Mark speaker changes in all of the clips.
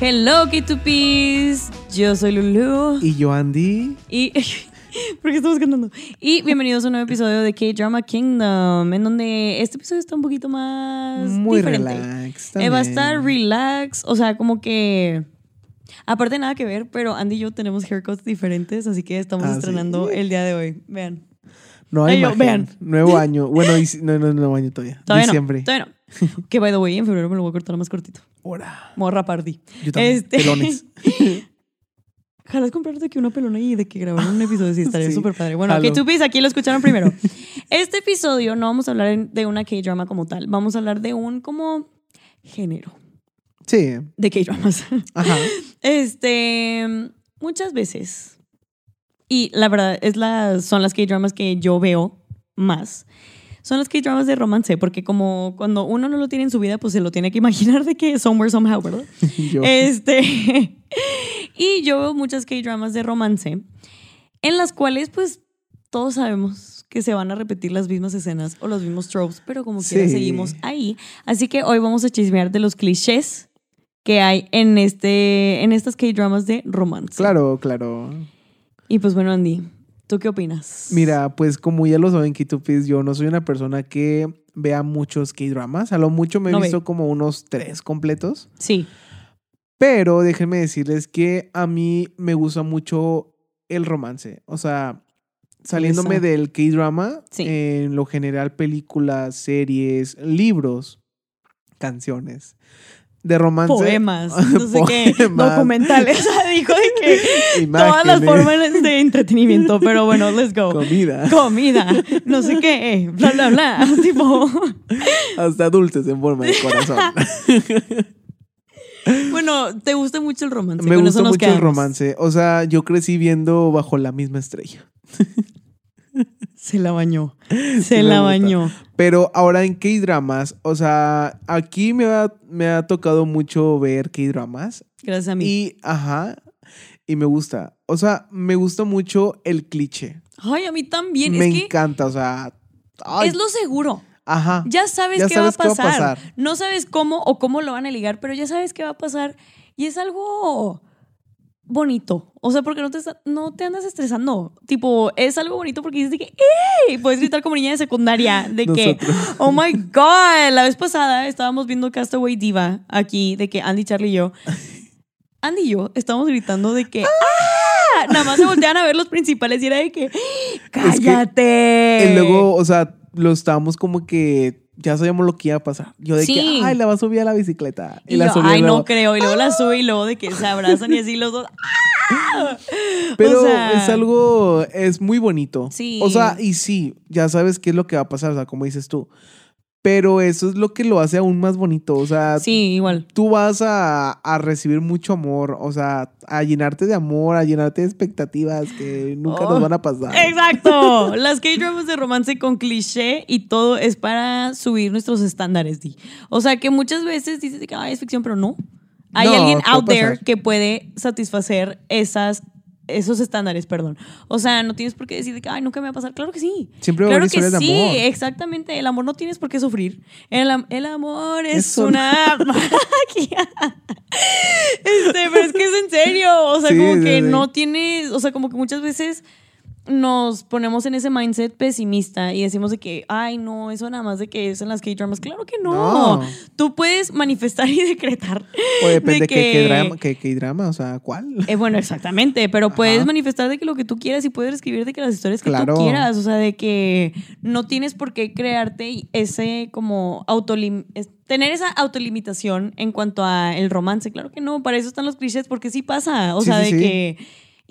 Speaker 1: Hello, K2Ps. Yo soy Lulu.
Speaker 2: Y yo, Andy.
Speaker 1: Y. ¿Por qué estamos cantando? Y bienvidos a un nuevo episodio de K-Drama Kingdom, en donde este episodio está un poquito más.
Speaker 2: Muy
Speaker 1: diferente.
Speaker 2: relax.
Speaker 1: Eh, va a
Speaker 2: también.
Speaker 1: estar relax, o sea, como que. Aparte, nada que ver, pero Andy y yo tenemos haircuts diferentes, así que estamos
Speaker 2: Ah, sí.
Speaker 1: estrenando el día de hoy. Vean.
Speaker 2: No hay
Speaker 1: Ey, yo,
Speaker 2: imagen.
Speaker 1: vean.
Speaker 2: Nuevo año. Bueno, y si- no, no, nuevo año todavía.
Speaker 1: Todavía
Speaker 2: Diciembre.
Speaker 1: no. Todavía no. Que by the way, en febrero me lo voy a cortar más cortito.
Speaker 2: Hora.
Speaker 1: Morra party.
Speaker 2: Yo también.
Speaker 1: Este-
Speaker 2: Pelones.
Speaker 1: Ojalá es comprarte que una pelona y de que grabaron un episodio, sí, estaría
Speaker 2: Sí.
Speaker 1: súper padre. Bueno,
Speaker 2: Jalo.
Speaker 1: K2Ps, aquí lo escucharon primero. Este episodio no vamos a hablar en- de una K-drama como tal, vamos a hablar de un como género
Speaker 2: Sí.
Speaker 1: de K-dramas.
Speaker 2: Ajá.
Speaker 1: Este, muchas veces, y la verdad, es la, son las K-dramas que yo veo más, son las K-dramas de romance, porque como cuando uno no lo tiene en su vida, pues se lo tiene que imaginar de que somewhere, somehow, ¿verdad?
Speaker 2: Yo.
Speaker 1: Eh, Este. y yo veo muchas K-dramas de romance en las cuales, pues, todos sabemos que se van a repetir las mismas escenas o los mismos tropes, pero como quiera
Speaker 2: Sí.
Speaker 1: seguimos ahí. Así que hoy vamos a chismear de los clichés que hay en, este, en estas K-dramas de romance.
Speaker 2: Claro, claro.
Speaker 1: Y pues bueno, Andy, ¿tú qué opinas?
Speaker 2: Mira, pues como ya lo saben, Kitupis, yo no soy una persona que vea muchos K-dramas. A lo mucho me he
Speaker 1: No ve.
Speaker 2: visto como unos tres completos.
Speaker 1: Sí.
Speaker 2: Pero déjenme decirles que a mí me gusta mucho el romance. O sea, saliéndome
Speaker 1: Esa.
Speaker 2: del K-drama,
Speaker 1: Sí.
Speaker 2: en lo general películas, series, libros, canciones de romance.
Speaker 1: Poemas, no sé qué,
Speaker 2: Poemas.
Speaker 1: documentales, o sea, dijo de que todas las
Speaker 2: imágenes,
Speaker 1: formas de entretenimiento, pero bueno, let's go.
Speaker 2: Comida,
Speaker 1: comida, no sé qué, eh, bla, bla, bla. Tipo,
Speaker 2: hasta dulces en forma de corazón.
Speaker 1: bueno, te gusta mucho el romance.
Speaker 2: Me
Speaker 1: con
Speaker 2: gusta
Speaker 1: eso nos
Speaker 2: mucho el
Speaker 1: quedamos.
Speaker 2: romance. O sea, yo crecí viendo bajo la misma estrella.
Speaker 1: Se la bañó, se
Speaker 2: me
Speaker 1: la
Speaker 2: gusta.
Speaker 1: bañó.
Speaker 2: Pero ahora en K-dramas, o sea, aquí me ha, me ha tocado mucho ver K-dramas.
Speaker 1: Gracias a mí.
Speaker 2: Y, ajá, y me gusta. O sea, me gusta mucho el cliché.
Speaker 1: Ay, a mí también.
Speaker 2: me
Speaker 1: es que
Speaker 2: encanta, o sea. ay,
Speaker 1: es lo seguro.
Speaker 2: Ajá.
Speaker 1: Ya sabes,
Speaker 2: Ya
Speaker 1: qué,
Speaker 2: sabes
Speaker 1: va a pasar.
Speaker 2: pasar.
Speaker 1: No sabes cómo o cómo lo van a ligar, pero ya sabes qué va a pasar. Y es algo bonito. O sea, porque no te, está- no te andas estresando. Tipo, es algo bonito porque dices de que ¡Ey! Puedes gritar como niña de secundaria. De que,
Speaker 2: Nosotros.
Speaker 1: oh my God. La vez pasada estábamos viendo Castaway Diva aquí, de que Andy, Charlie y yo. Andy y yo estábamos gritando de que ¡Ah! Nada más se voltean a ver los principales y era de que ¡Cállate!
Speaker 2: Y luego, o sea, lo estábamos como que. Ya sabíamos lo que iba a pasar. Yo de
Speaker 1: Sí.
Speaker 2: que, ay, la va a subir a la bicicleta.
Speaker 1: Y
Speaker 2: la
Speaker 1: yo,
Speaker 2: subí
Speaker 1: ay,
Speaker 2: luego.
Speaker 1: no creo. Y luego la sube y luego de que se abrazan y así los dos.
Speaker 2: Pero
Speaker 1: o sea-
Speaker 2: es algo, es muy bonito.
Speaker 1: Sí.
Speaker 2: O sea, y sí, ya sabes qué es lo que va a pasar, o sea, como dices tú. Pero eso es lo que lo hace aún más bonito. O sea,
Speaker 1: Sí, igual.
Speaker 2: tú vas a, a recibir mucho amor, o sea, a llenarte de amor, a llenarte de expectativas que nunca
Speaker 1: Oh.
Speaker 2: nos van a pasar.
Speaker 1: Exacto. Las K-dramas de romance con cliché y todo es para subir nuestros estándares, Di. O sea, que muchas veces dices de que "Ay, es ficción, pero no. Hay
Speaker 2: No,
Speaker 1: alguien
Speaker 2: puede
Speaker 1: out there
Speaker 2: pasar.
Speaker 1: que puede satisfacer esas esos estándares, perdón. O sea, no tienes por qué decir de que, ay, nunca me va a pasar. Claro que sí.
Speaker 2: Siempre va a
Speaker 1: claro
Speaker 2: haber
Speaker 1: que
Speaker 2: historias de
Speaker 1: sí, eh,
Speaker 2: amor.
Speaker 1: exactamente. El amor no tienes por qué sufrir. El, am- el amor es,
Speaker 2: Es
Speaker 1: una magia. Este, pero es que es en serio. O sea,
Speaker 2: Sí,
Speaker 1: como
Speaker 2: sí,
Speaker 1: que
Speaker 2: sí.
Speaker 1: no tienes, o sea, como que muchas veces nos ponemos en ese mindset pesimista y decimos de que, ay, no, eso nada más de que es en las K-dramas. Claro que no.
Speaker 2: No.
Speaker 1: Tú puedes manifestar y decretar.
Speaker 2: O depende de qué
Speaker 1: que-
Speaker 2: qué drama, qué- qué drama, o sea, ¿cuál?
Speaker 1: Eh, bueno, exactamente, pero
Speaker 2: Ajá.
Speaker 1: puedes manifestar de que lo que tú quieras y puedes escribir de que las historias que
Speaker 2: Claro.
Speaker 1: tú quieras, o sea, de que no tienes por qué crearte ese como autolim es- tener esa autolimitación en cuanto a el romance, claro que no, para eso están los clichés porque sí pasa, o
Speaker 2: Sí,
Speaker 1: sea, de
Speaker 2: sí, sí.
Speaker 1: que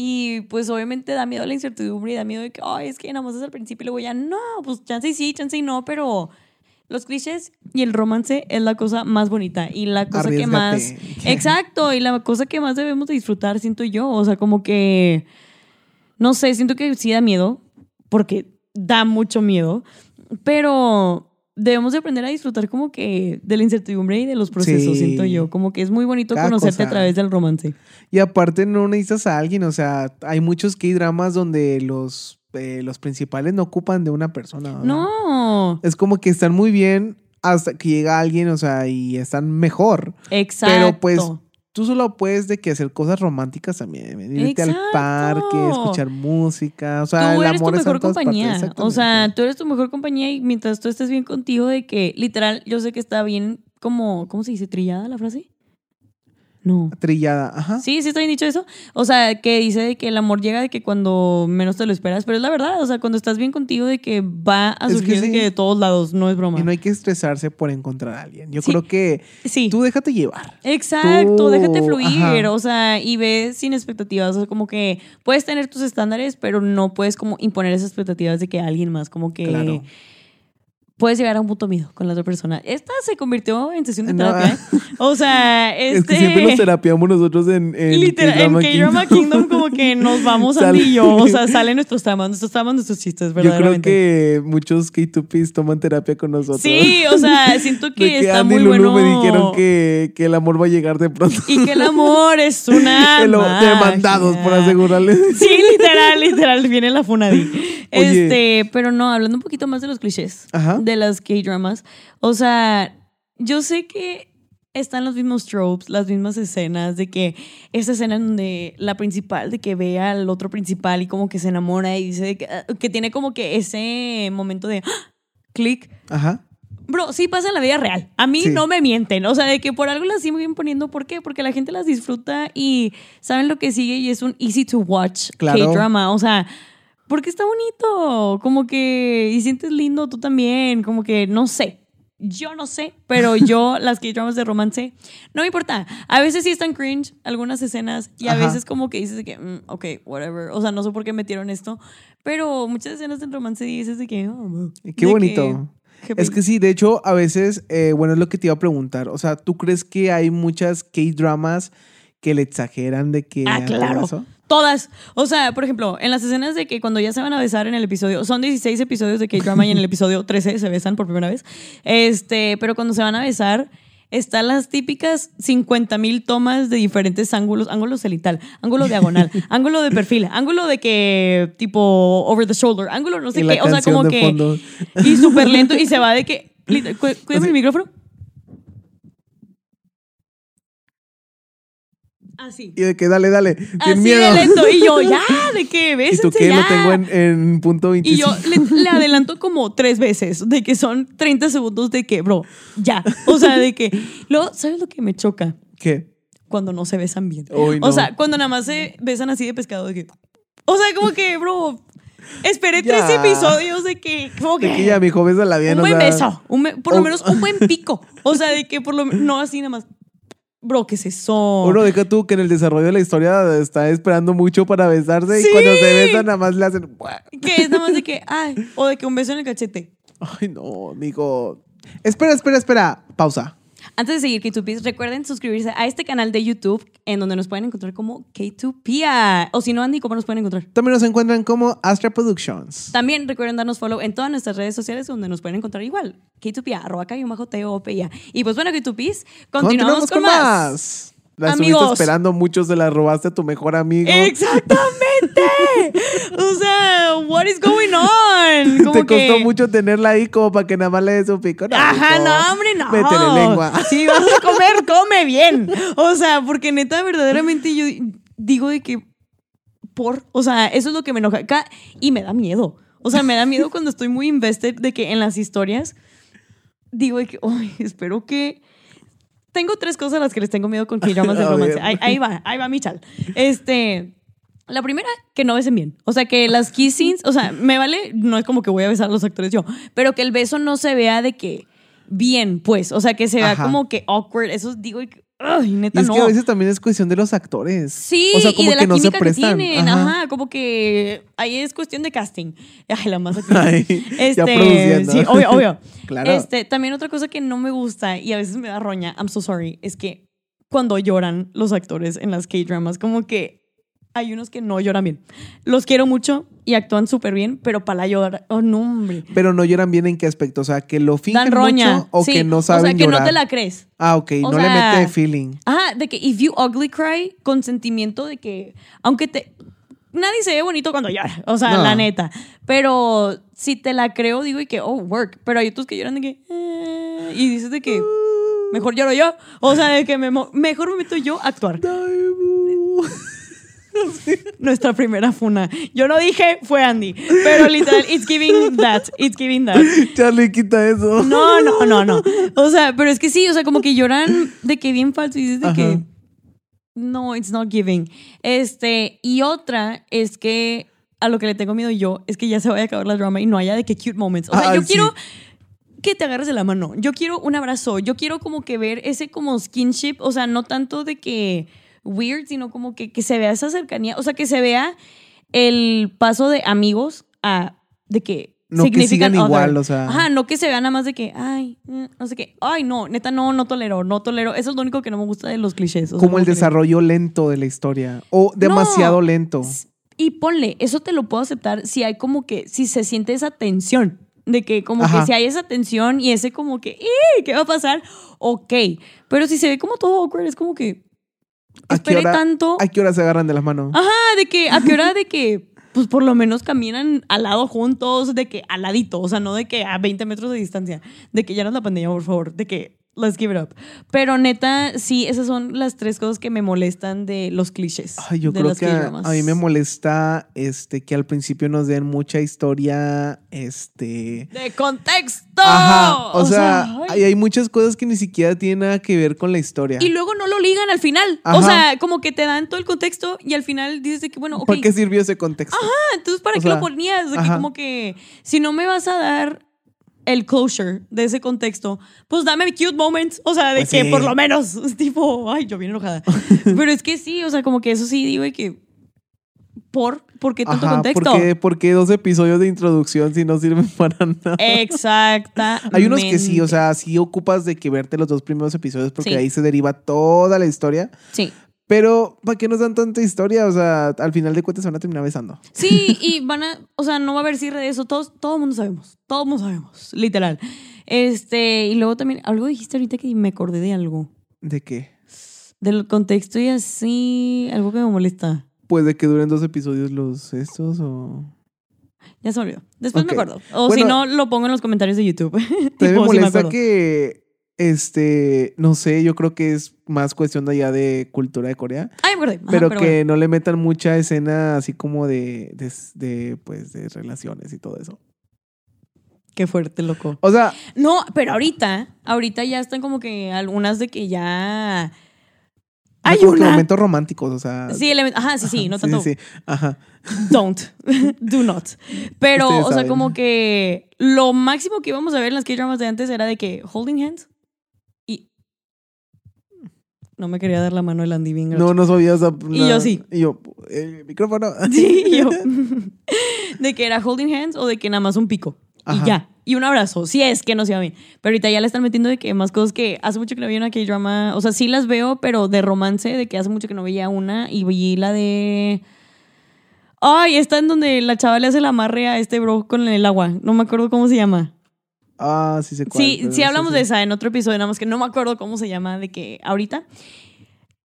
Speaker 1: y pues obviamente da miedo la incertidumbre y da miedo de que, ay, es que nada más es al principio y luego ya, no, pues chance y sí, chance y no, pero los clichés y el romance es la cosa más bonita y la cosa que más...
Speaker 2: Arriésgate.
Speaker 1: Exacto, y la cosa que más debemos de disfrutar, siento yo, o sea, como que, no sé, siento que sí da miedo, porque da mucho miedo, pero debemos de aprender a disfrutar como que de la incertidumbre y de los procesos,
Speaker 2: Sí.
Speaker 1: siento yo, como que es muy bonito
Speaker 2: Cada
Speaker 1: conocerte a
Speaker 2: cosa.
Speaker 1: través del romance.
Speaker 2: Y aparte no necesitas a alguien, o sea, hay muchos K-dramas donde los, eh, los principales no ocupan de una persona. ¿verdad?
Speaker 1: No,
Speaker 2: Es como que están muy bien hasta que llega alguien, o sea, y están mejor.
Speaker 1: exacto.
Speaker 2: Pero pues tú solo puedes de que hacer cosas románticas también. ¿eh? Irte al
Speaker 1: Exacto.
Speaker 2: parque, escuchar música. O sea,
Speaker 1: tú
Speaker 2: el
Speaker 1: eres tu
Speaker 2: amor está
Speaker 1: mejor
Speaker 2: en todas partes,
Speaker 1: compañía. O
Speaker 2: exactamente.
Speaker 1: sea, tú eres tu mejor compañía y mientras tú estés bien contigo, de que literal, yo sé que está bien como, ¿cómo se dice? ¿Trillada la frase? No.
Speaker 2: Trillada, ajá.
Speaker 1: Sí, sí está bien dicho eso. O sea, que dice de que el amor llega de que cuando menos te lo esperas, pero es la verdad, o sea, cuando estás bien contigo de que va a
Speaker 2: Es que
Speaker 1: surgir de,
Speaker 2: sí.
Speaker 1: que de todos lados, no es broma.
Speaker 2: Y no hay que estresarse por encontrar a alguien. Yo
Speaker 1: Sí.
Speaker 2: creo que
Speaker 1: sí.
Speaker 2: tú déjate llevar.
Speaker 1: Exacto,
Speaker 2: Tú-
Speaker 1: déjate fluir,
Speaker 2: ajá.
Speaker 1: o sea, y ve sin expectativas, o sea, como que puedes tener tus estándares, pero no puedes como imponer esas expectativas de que alguien más, como que
Speaker 2: Claro.
Speaker 1: puedes llegar a un punto miedo con la otra persona. Esta se convirtió en sesión de
Speaker 2: No.
Speaker 1: terapia, ¿eh? o sea,
Speaker 2: Es
Speaker 1: este...
Speaker 2: que siempre nos terapiamos nosotros en, en
Speaker 1: Literal, en
Speaker 2: K-Drama
Speaker 1: K-Drama
Speaker 2: Kingdom.
Speaker 1: Kingdom. como que nos vamos a
Speaker 2: Sale-
Speaker 1: y yo, o sea, salen nuestros temas, nuestros temas, nuestros chistes,
Speaker 2: Yo creo
Speaker 1: verdaderamente.
Speaker 2: que muchos K-Tupis toman terapia con nosotros.
Speaker 1: Sí, o sea, siento
Speaker 2: De
Speaker 1: que, está
Speaker 2: Andy y
Speaker 1: muy
Speaker 2: Lulu
Speaker 1: bueno.
Speaker 2: me dijeron que, que el amor va a llegar de pronto.
Speaker 1: Y que el amor es una
Speaker 2: Pero demandados,
Speaker 1: magia.
Speaker 2: por asegurarles.
Speaker 1: Sí, literal, literal, viene la Funadi.
Speaker 2: Oye.
Speaker 1: Este, pero no, hablando un poquito más de los clichés
Speaker 2: Ajá.
Speaker 1: de las K-dramas. O sea, yo sé que están los mismos tropes, las mismas escenas de que esa escena en donde la principal de que ve al otro principal y como que se enamora y dice que, ah, que tiene como que ese momento de ¡ah! clic.
Speaker 2: Ajá.
Speaker 1: Bro, sí pasa en la vida real. A mí
Speaker 2: Sí.
Speaker 1: no me mienten. O sea, de que por algo las siguen poniendo. ¿Por qué? Porque la gente las disfruta y saben lo que sigue y es un easy to watch
Speaker 2: Claro.
Speaker 1: K-drama. O sea, porque está bonito. Como que. Y sientes lindo tú también. Como que no sé. Yo no sé, pero yo las K-dramas de romance no me importa. A veces sí están cringe algunas escenas y a
Speaker 2: Ajá.
Speaker 1: veces como que dices de que, mm, ok, whatever. O sea, no sé por qué metieron esto, pero muchas escenas del romance dices de que, oh,
Speaker 2: Qué
Speaker 1: de que-
Speaker 2: bonito.
Speaker 1: qué
Speaker 2: Es que sí, de hecho, a veces, eh, bueno, es lo que te iba a preguntar. O sea, ¿tú crees que hay muchas K-dramas que le exageran de que.
Speaker 1: Ah,
Speaker 2: al
Speaker 1: claro.
Speaker 2: abrazo?
Speaker 1: Todas. O sea, por ejemplo, en las escenas de que cuando ya se van a besar en el episodio, son 16 episodios de K-Drama y en el episodio 13 se besan por primera vez. Este, pero cuando se van a besar, están las típicas 50 mil tomas de diferentes ángulos: ángulo celital, ángulo diagonal, ángulo de perfil, ángulo de que tipo over the shoulder, ángulo no sé
Speaker 2: Y
Speaker 1: qué.
Speaker 2: la
Speaker 1: O sea,
Speaker 2: canción
Speaker 1: como
Speaker 2: de
Speaker 1: Pues que.
Speaker 2: fondo.
Speaker 1: Y súper lento y se va de que. lit- cu- Cuídame el micrófono. Así.
Speaker 2: Y de que dale, dale. Sin
Speaker 1: Así
Speaker 2: miedo.
Speaker 1: de Ah, lento. Y yo, ya, ¿de qué?
Speaker 2: y
Speaker 1: Bésense
Speaker 2: tú que
Speaker 1: ya.
Speaker 2: lo tengo en, en punto
Speaker 1: Y
Speaker 2: 25.
Speaker 1: yo le, le adelanto como tres veces de que son 30 segundos de que, bro, ya. O sea, de que. Luego, ¿sabes lo que me choca?
Speaker 2: ¿Qué?
Speaker 1: Cuando no se besan bien.
Speaker 2: Uy,
Speaker 1: O
Speaker 2: no.
Speaker 1: sea, cuando nada más se besan así de pescado, de que. O sea, como que, bro, esperé tres
Speaker 2: Ya.
Speaker 1: episodios de que. Como
Speaker 2: De
Speaker 1: que
Speaker 2: que ya, mi joven, la bien.
Speaker 1: un
Speaker 2: o
Speaker 1: buen
Speaker 2: sea,
Speaker 1: beso, un be- por lo
Speaker 2: o-
Speaker 1: menos un buen pico. O sea, de que por lo menos. No así nada más. Bro, ¿qué es eso?
Speaker 2: Uno deja tú que en el desarrollo de la historia está esperando mucho para besarse
Speaker 1: Sí.
Speaker 2: y cuando se besan nada más le hacen. "Buah".
Speaker 1: Que es nada más de que, ay, o de que un beso en el cachete.
Speaker 2: Ay, no, amigo. Espera, espera, espera. Pausa.
Speaker 1: Antes de seguir K2Ps, recuerden suscribirse a este canal de YouTube en donde nos pueden encontrar como K2Pia. O si no, Andy, ¿cómo nos pueden encontrar?
Speaker 2: También nos encuentran como Astra Productions.
Speaker 1: También recuerden darnos follow en todas nuestras redes sociales donde nos pueden encontrar igual. K2Pia, arroba k t o p i Y pues bueno, K2Ps, continuamos, con, más.
Speaker 2: Las
Speaker 1: Amigos.
Speaker 2: estuviste esperando muchos, se las robaste a tu mejor amigo.
Speaker 1: ¡Exactamente! o sea, what is going on? Como
Speaker 2: Te
Speaker 1: que-
Speaker 2: costó mucho tenerla ahí como para que nada más le des un pico. No,
Speaker 1: Ajá,
Speaker 2: mijo.
Speaker 1: no, hombre, no.
Speaker 2: Métele lengua.
Speaker 1: Si vas a comer, come bien. O sea, porque neta, verdaderamente yo digo de que por, o sea, eso es lo que me enoja acá y me da miedo. O sea, me da miedo cuando estoy muy invested de que en las historias digo de que, ay, espero que tengo tres cosas a las que les tengo miedo con que dramas de
Speaker 2: A
Speaker 1: romance.
Speaker 2: ver.
Speaker 1: Ahí, ahí va, ahí va mi chal. Este, la primera, que no besen bien. O sea, que las kissings, o sea, me vale, no es como que voy a besar a los actores yo, pero que el beso no se vea de que bien, pues. O sea, que se vea
Speaker 2: Ajá.
Speaker 1: como que awkward. Eso digo, y que, ay,
Speaker 2: Y
Speaker 1: neta,
Speaker 2: es
Speaker 1: no.
Speaker 2: que a veces también es cuestión de los actores.
Speaker 1: Sí,
Speaker 2: o sea, como
Speaker 1: y de
Speaker 2: que
Speaker 1: la
Speaker 2: no se
Speaker 1: química que
Speaker 2: prestan.
Speaker 1: tienen.
Speaker 2: Ajá.
Speaker 1: Ajá. como que ahí es cuestión de casting. Ay, la más
Speaker 2: Ay, ya
Speaker 1: Este,
Speaker 2: produciendo.
Speaker 1: Sí, obvio, obvio.
Speaker 2: Claro.
Speaker 1: Este, también otra cosa que no me gusta y a veces me da roña, I'm so sorry, es que cuando lloran los actores en las K-dramas, como que hay unos que no lloran bien. Los quiero mucho y actúan súper bien, pero para llorar, oh no, hombre.
Speaker 2: Pero no lloran bien en qué aspecto. O sea, que lo fingen
Speaker 1: Dan roña.
Speaker 2: mucho o
Speaker 1: sí.
Speaker 2: que no saben
Speaker 1: O sea, que
Speaker 2: llorar.
Speaker 1: no te la crees.
Speaker 2: Ah, ok.
Speaker 1: O
Speaker 2: no
Speaker 1: sea-
Speaker 2: le mete feeling.
Speaker 1: Ajá, de que if you ugly cry, con sentimiento de que, aunque te... Nadie se ve bonito cuando llora, o sea,
Speaker 2: No.
Speaker 1: la neta. Pero si te la creo, digo y que, oh, work. Pero hay otros que lloran de que... eh, y dices de que... Mejor lloro yo. O sea, de que me mo- mejor me meto yo a actuar.
Speaker 2: Daibu.
Speaker 1: Nuestra primera funa. Yo no dije, fue Andy. Pero literal, it's giving that. It's giving that.
Speaker 2: Charlie, quita eso.
Speaker 1: No, no, no, no. O sea, pero es que sí, o sea, como que lloran de que bien falso y dices de
Speaker 2: Ajá.
Speaker 1: que no, it's not giving. Este, y otra es que a lo que le tengo miedo yo es que ya se vaya a acabar la drama y no haya de que cute moments. O sea,
Speaker 2: Ah,
Speaker 1: yo
Speaker 2: sí.
Speaker 1: quiero que te agarres de la mano. Yo quiero un abrazo. Yo quiero como que ver ese como skinship, o sea, no tanto de que weird, sino como que, que se vea esa cercanía, o sea, que se vea el paso de amigos a de que
Speaker 2: No que
Speaker 1: significant
Speaker 2: sigan
Speaker 1: other.
Speaker 2: igual, o sea.
Speaker 1: Ajá, Ah, no que se vea nada más de que, ay, mm, no sé qué, ay, no, neta, no, no tolero, no tolero. Eso es lo único que no me gusta de los clichés. o sea,
Speaker 2: Como el
Speaker 1: que-
Speaker 2: desarrollo lento de la historia. O demasiado lento.
Speaker 1: Y ponle, eso te lo puedo aceptar si hay como que, si se siente esa tensión, de que como
Speaker 2: Ajá.
Speaker 1: que si hay esa tensión y ese como que, "Ih, ¿qué va a pasar? Ok, pero si se ve como todo awkward, es como que
Speaker 2: ¿A qué,
Speaker 1: esperé
Speaker 2: hora,
Speaker 1: tanto.
Speaker 2: ¿A qué hora se agarran de las manos?
Speaker 1: Ajá, de que a qué hora de que pues por lo menos caminan al lado juntos, de que al ladito, o sea, no de que a 20 metros de distancia, de que ya no es la pandemia, por favor, de que let's give it up. Pero neta, sí, esas son las tres cosas que me molestan de los clichés.
Speaker 2: Ay, yo
Speaker 1: Ah, de
Speaker 2: creo
Speaker 1: las
Speaker 2: que a,
Speaker 1: K-dramas.
Speaker 2: a mí me molesta este, que al principio nos den mucha historia. Este.
Speaker 1: De contexto.
Speaker 2: Ajá. O, sea,
Speaker 1: ay.
Speaker 2: hay, hay muchas cosas que ni siquiera tienen nada que ver con la historia.
Speaker 1: y luego no lo ligan al final.
Speaker 2: Ajá.
Speaker 1: O sea, como que te dan todo el contexto y al final dices de que, bueno, ok.
Speaker 2: ¿Para qué sirvió ese contexto?
Speaker 1: Ah, entonces ¿para
Speaker 2: O
Speaker 1: qué
Speaker 2: sea,
Speaker 1: lo ponías? De que
Speaker 2: ajá.
Speaker 1: como que si no me vas a dar el closure de ese contexto, pues dame mi cute moments, o sea, de
Speaker 2: Pues
Speaker 1: que
Speaker 2: sí.
Speaker 1: por lo menos, es tipo, ay, yo bien enojada. Pero es que sí, o sea, como que eso sí digo de que por por qué tanto
Speaker 2: Ajá,
Speaker 1: contexto?
Speaker 2: ¿por qué, por qué dos episodios de introducción si no sirven para nada?
Speaker 1: Exactamente.
Speaker 2: Hay unos que sí, o sea, sí ocupas de que verte los dos primeros episodios porque
Speaker 1: Sí.
Speaker 2: ahí se deriva toda la historia.
Speaker 1: Sí.
Speaker 2: Pero, ¿para qué nos dan tanta historia? O sea, al final de cuentas se van a terminar besando.
Speaker 1: Sí, y van a, o sea, no va a haber cierre de eso, todos todo el mundo sabemos, todo el mundo sabemos, literal. Este, y luego también algo dijiste ahorita que me acordé de algo.
Speaker 2: ¿De qué?
Speaker 1: Del contexto y así, algo que me molesta.
Speaker 2: Pues de que duren dos episodios los estos o...
Speaker 1: Ya se me olvidó. Después
Speaker 2: Ok.
Speaker 1: me acuerdo. O
Speaker 2: Bueno.
Speaker 1: si no, lo pongo en los comentarios de YouTube.
Speaker 2: También me
Speaker 1: Tipo, sí me
Speaker 2: molesta
Speaker 1: acuerdo.
Speaker 2: que, este, no sé, yo creo que es más cuestión de allá de cultura de Corea,
Speaker 1: Ay, me acordé. Ajá,
Speaker 2: pero, que
Speaker 1: bueno.
Speaker 2: no le metan mucha escena así como de, de, de, pues, de relaciones y todo eso.
Speaker 1: Qué fuerte, loco.
Speaker 2: O sea,
Speaker 1: No, pero ahorita, ahorita ya están como que algunas de que ya... Hay
Speaker 2: como que
Speaker 1: una...
Speaker 2: momentos románticos, o sea...
Speaker 1: Sí, element- Ajá, sí, sí, no tanto.
Speaker 2: Sí, sí, Ajá.
Speaker 1: Don't. Do not. Pero,
Speaker 2: Ustedes
Speaker 1: o sea,
Speaker 2: saben.
Speaker 1: como que lo máximo que íbamos a ver en las K-dramas de antes era de que holding hands y... No me quería dar la mano el Andy bien gacho.
Speaker 2: No, no sabía esa...
Speaker 1: Y yo sí.
Speaker 2: Y yo, eh, micrófono.
Speaker 1: Sí, y yo. De que era holding hands o de que nada más un pico.
Speaker 2: Ajá.
Speaker 1: Y ya. Y un abrazo. Si es que no se va bien. Pero ahorita ya le están metiendo de que más cosas que hace mucho que no veía una K-drama. O sea, sí las veo, pero de romance, de que hace mucho que no veía una. Y vi la de. Ay, está en donde la chava le hace el amarre a este bro con el agua. No me acuerdo cómo se llama.
Speaker 2: Ah, sí sé cuál.
Speaker 1: Sí,
Speaker 2: pero
Speaker 1: sí
Speaker 2: no sé
Speaker 1: hablamos
Speaker 2: si-
Speaker 1: de esa en otro episodio, nada más que no me acuerdo cómo se llama, de que ahorita.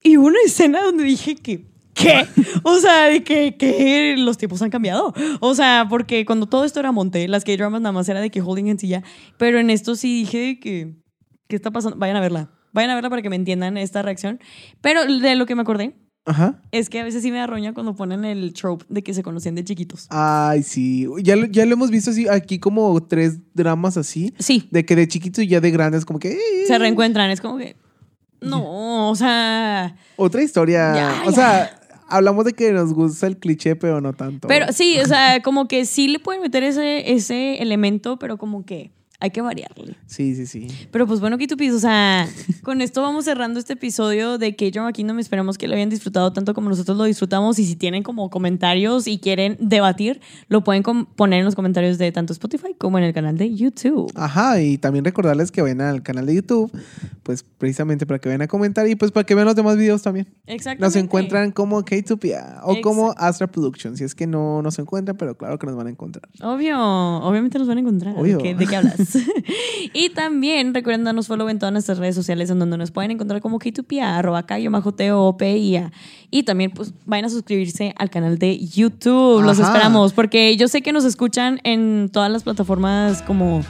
Speaker 1: Y una escena donde dije que, ¿qué? O sea, de que, que los tiempos han cambiado. O sea, porque cuando todo esto era monte, las K-dramas nada más era de que holding en silla. Pero en esto sí dije de que, ¿qué está pasando? Vayan a verla. Vayan a verla para que me entiendan esta reacción. Pero de lo que me acordé
Speaker 2: Ajá.
Speaker 1: es que a veces sí me arroña cuando ponen el trope de que se conocían de chiquitos.
Speaker 2: Ay, sí. Ya, lo- ya lo hemos visto así, aquí como tres dramas así,
Speaker 1: Sí,
Speaker 2: de que de chiquito y ya de grandes como que... eh,
Speaker 1: se reencuentran. Es como que, no, o sea...
Speaker 2: Otra historia.
Speaker 1: Ya,
Speaker 2: o
Speaker 1: ya.
Speaker 2: sea, hablamos de que nos gusta el cliché, pero no tanto.
Speaker 1: Pero sí, o sea, como que sí le pueden meter ese, ese elemento, pero como que hay que variarle.
Speaker 2: Sí, sí, sí.
Speaker 1: Pero pues bueno, Kitupis, o sea, con esto vamos cerrando este episodio de K-Drama Kingdom. Esperamos que lo hayan disfrutado tanto como nosotros lo disfrutamos. Y si tienen como comentarios y quieren debatir, lo pueden com- poner en los comentarios de tanto Spotify como en el canal de YouTube.
Speaker 2: Ajá, y también recordarles que vayan al canal de YouTube, pues precisamente para que vayan a comentar y pues para que vean los demás videos también.
Speaker 1: Exactamente.
Speaker 2: Nos encuentran como K2Pia o como
Speaker 1: Exacto.
Speaker 2: Astra Production, si es que no nos encuentran, pero claro que nos van a encontrar.
Speaker 1: Obvio, obviamente los van a encontrar.
Speaker 2: Obvio.
Speaker 1: ¿De qué, de qué hablas? y también recuerden darnos follow en todas nuestras redes sociales en donde nos pueden encontrar como K2PIA, arroba K, bajo T, O, P, I, A. Y también pues vayan a suscribirse al canal de YouTube. Los
Speaker 2: Ajá.
Speaker 1: esperamos porque yo sé que nos escuchan en todas las plataformas como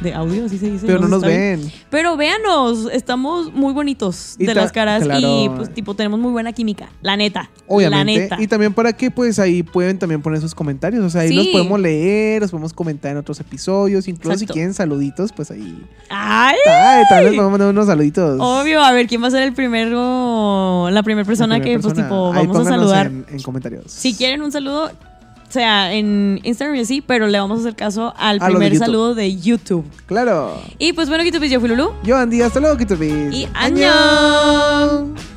Speaker 1: de audio, así se dice.
Speaker 2: Pero no
Speaker 1: sé
Speaker 2: nos
Speaker 1: si está bien.
Speaker 2: ven.
Speaker 1: Pero véanos, estamos muy bonitos
Speaker 2: Y
Speaker 1: de
Speaker 2: ta-
Speaker 1: las caras y
Speaker 2: claro.
Speaker 1: pues tipo tenemos muy buena química, la neta. La
Speaker 2: Obviamente.
Speaker 1: neta.
Speaker 2: Y también para que pues ahí pueden también poner sus comentarios. O sea, ahí
Speaker 1: Sí.
Speaker 2: los podemos leer, los podemos comentar en otros episodios. Incluso si
Speaker 1: Exacto.
Speaker 2: quieren saluditos, pues ahí.
Speaker 1: ¡Ay!
Speaker 2: Ay, tal vez podemos mandar unos saluditos.
Speaker 1: Obvio, a ver quién va a ser el primero, la primera persona
Speaker 2: La primera
Speaker 1: que pues
Speaker 2: persona.
Speaker 1: tipo
Speaker 2: Ahí
Speaker 1: vamos a
Speaker 2: pónganos
Speaker 1: saludar.
Speaker 2: En, en comentarios.
Speaker 1: Si quieren un saludo, o sea, en Instagram y así, pero le vamos a hacer caso al
Speaker 2: A lo de
Speaker 1: primer
Speaker 2: YouTube.
Speaker 1: saludo de YouTube.
Speaker 2: Claro.
Speaker 1: Y pues bueno, Kitupis, yo fui Lulu.
Speaker 2: Yo, Andy, hasta luego, Kitupis.
Speaker 1: Y
Speaker 2: ¡Añón!
Speaker 1: ¡Añón!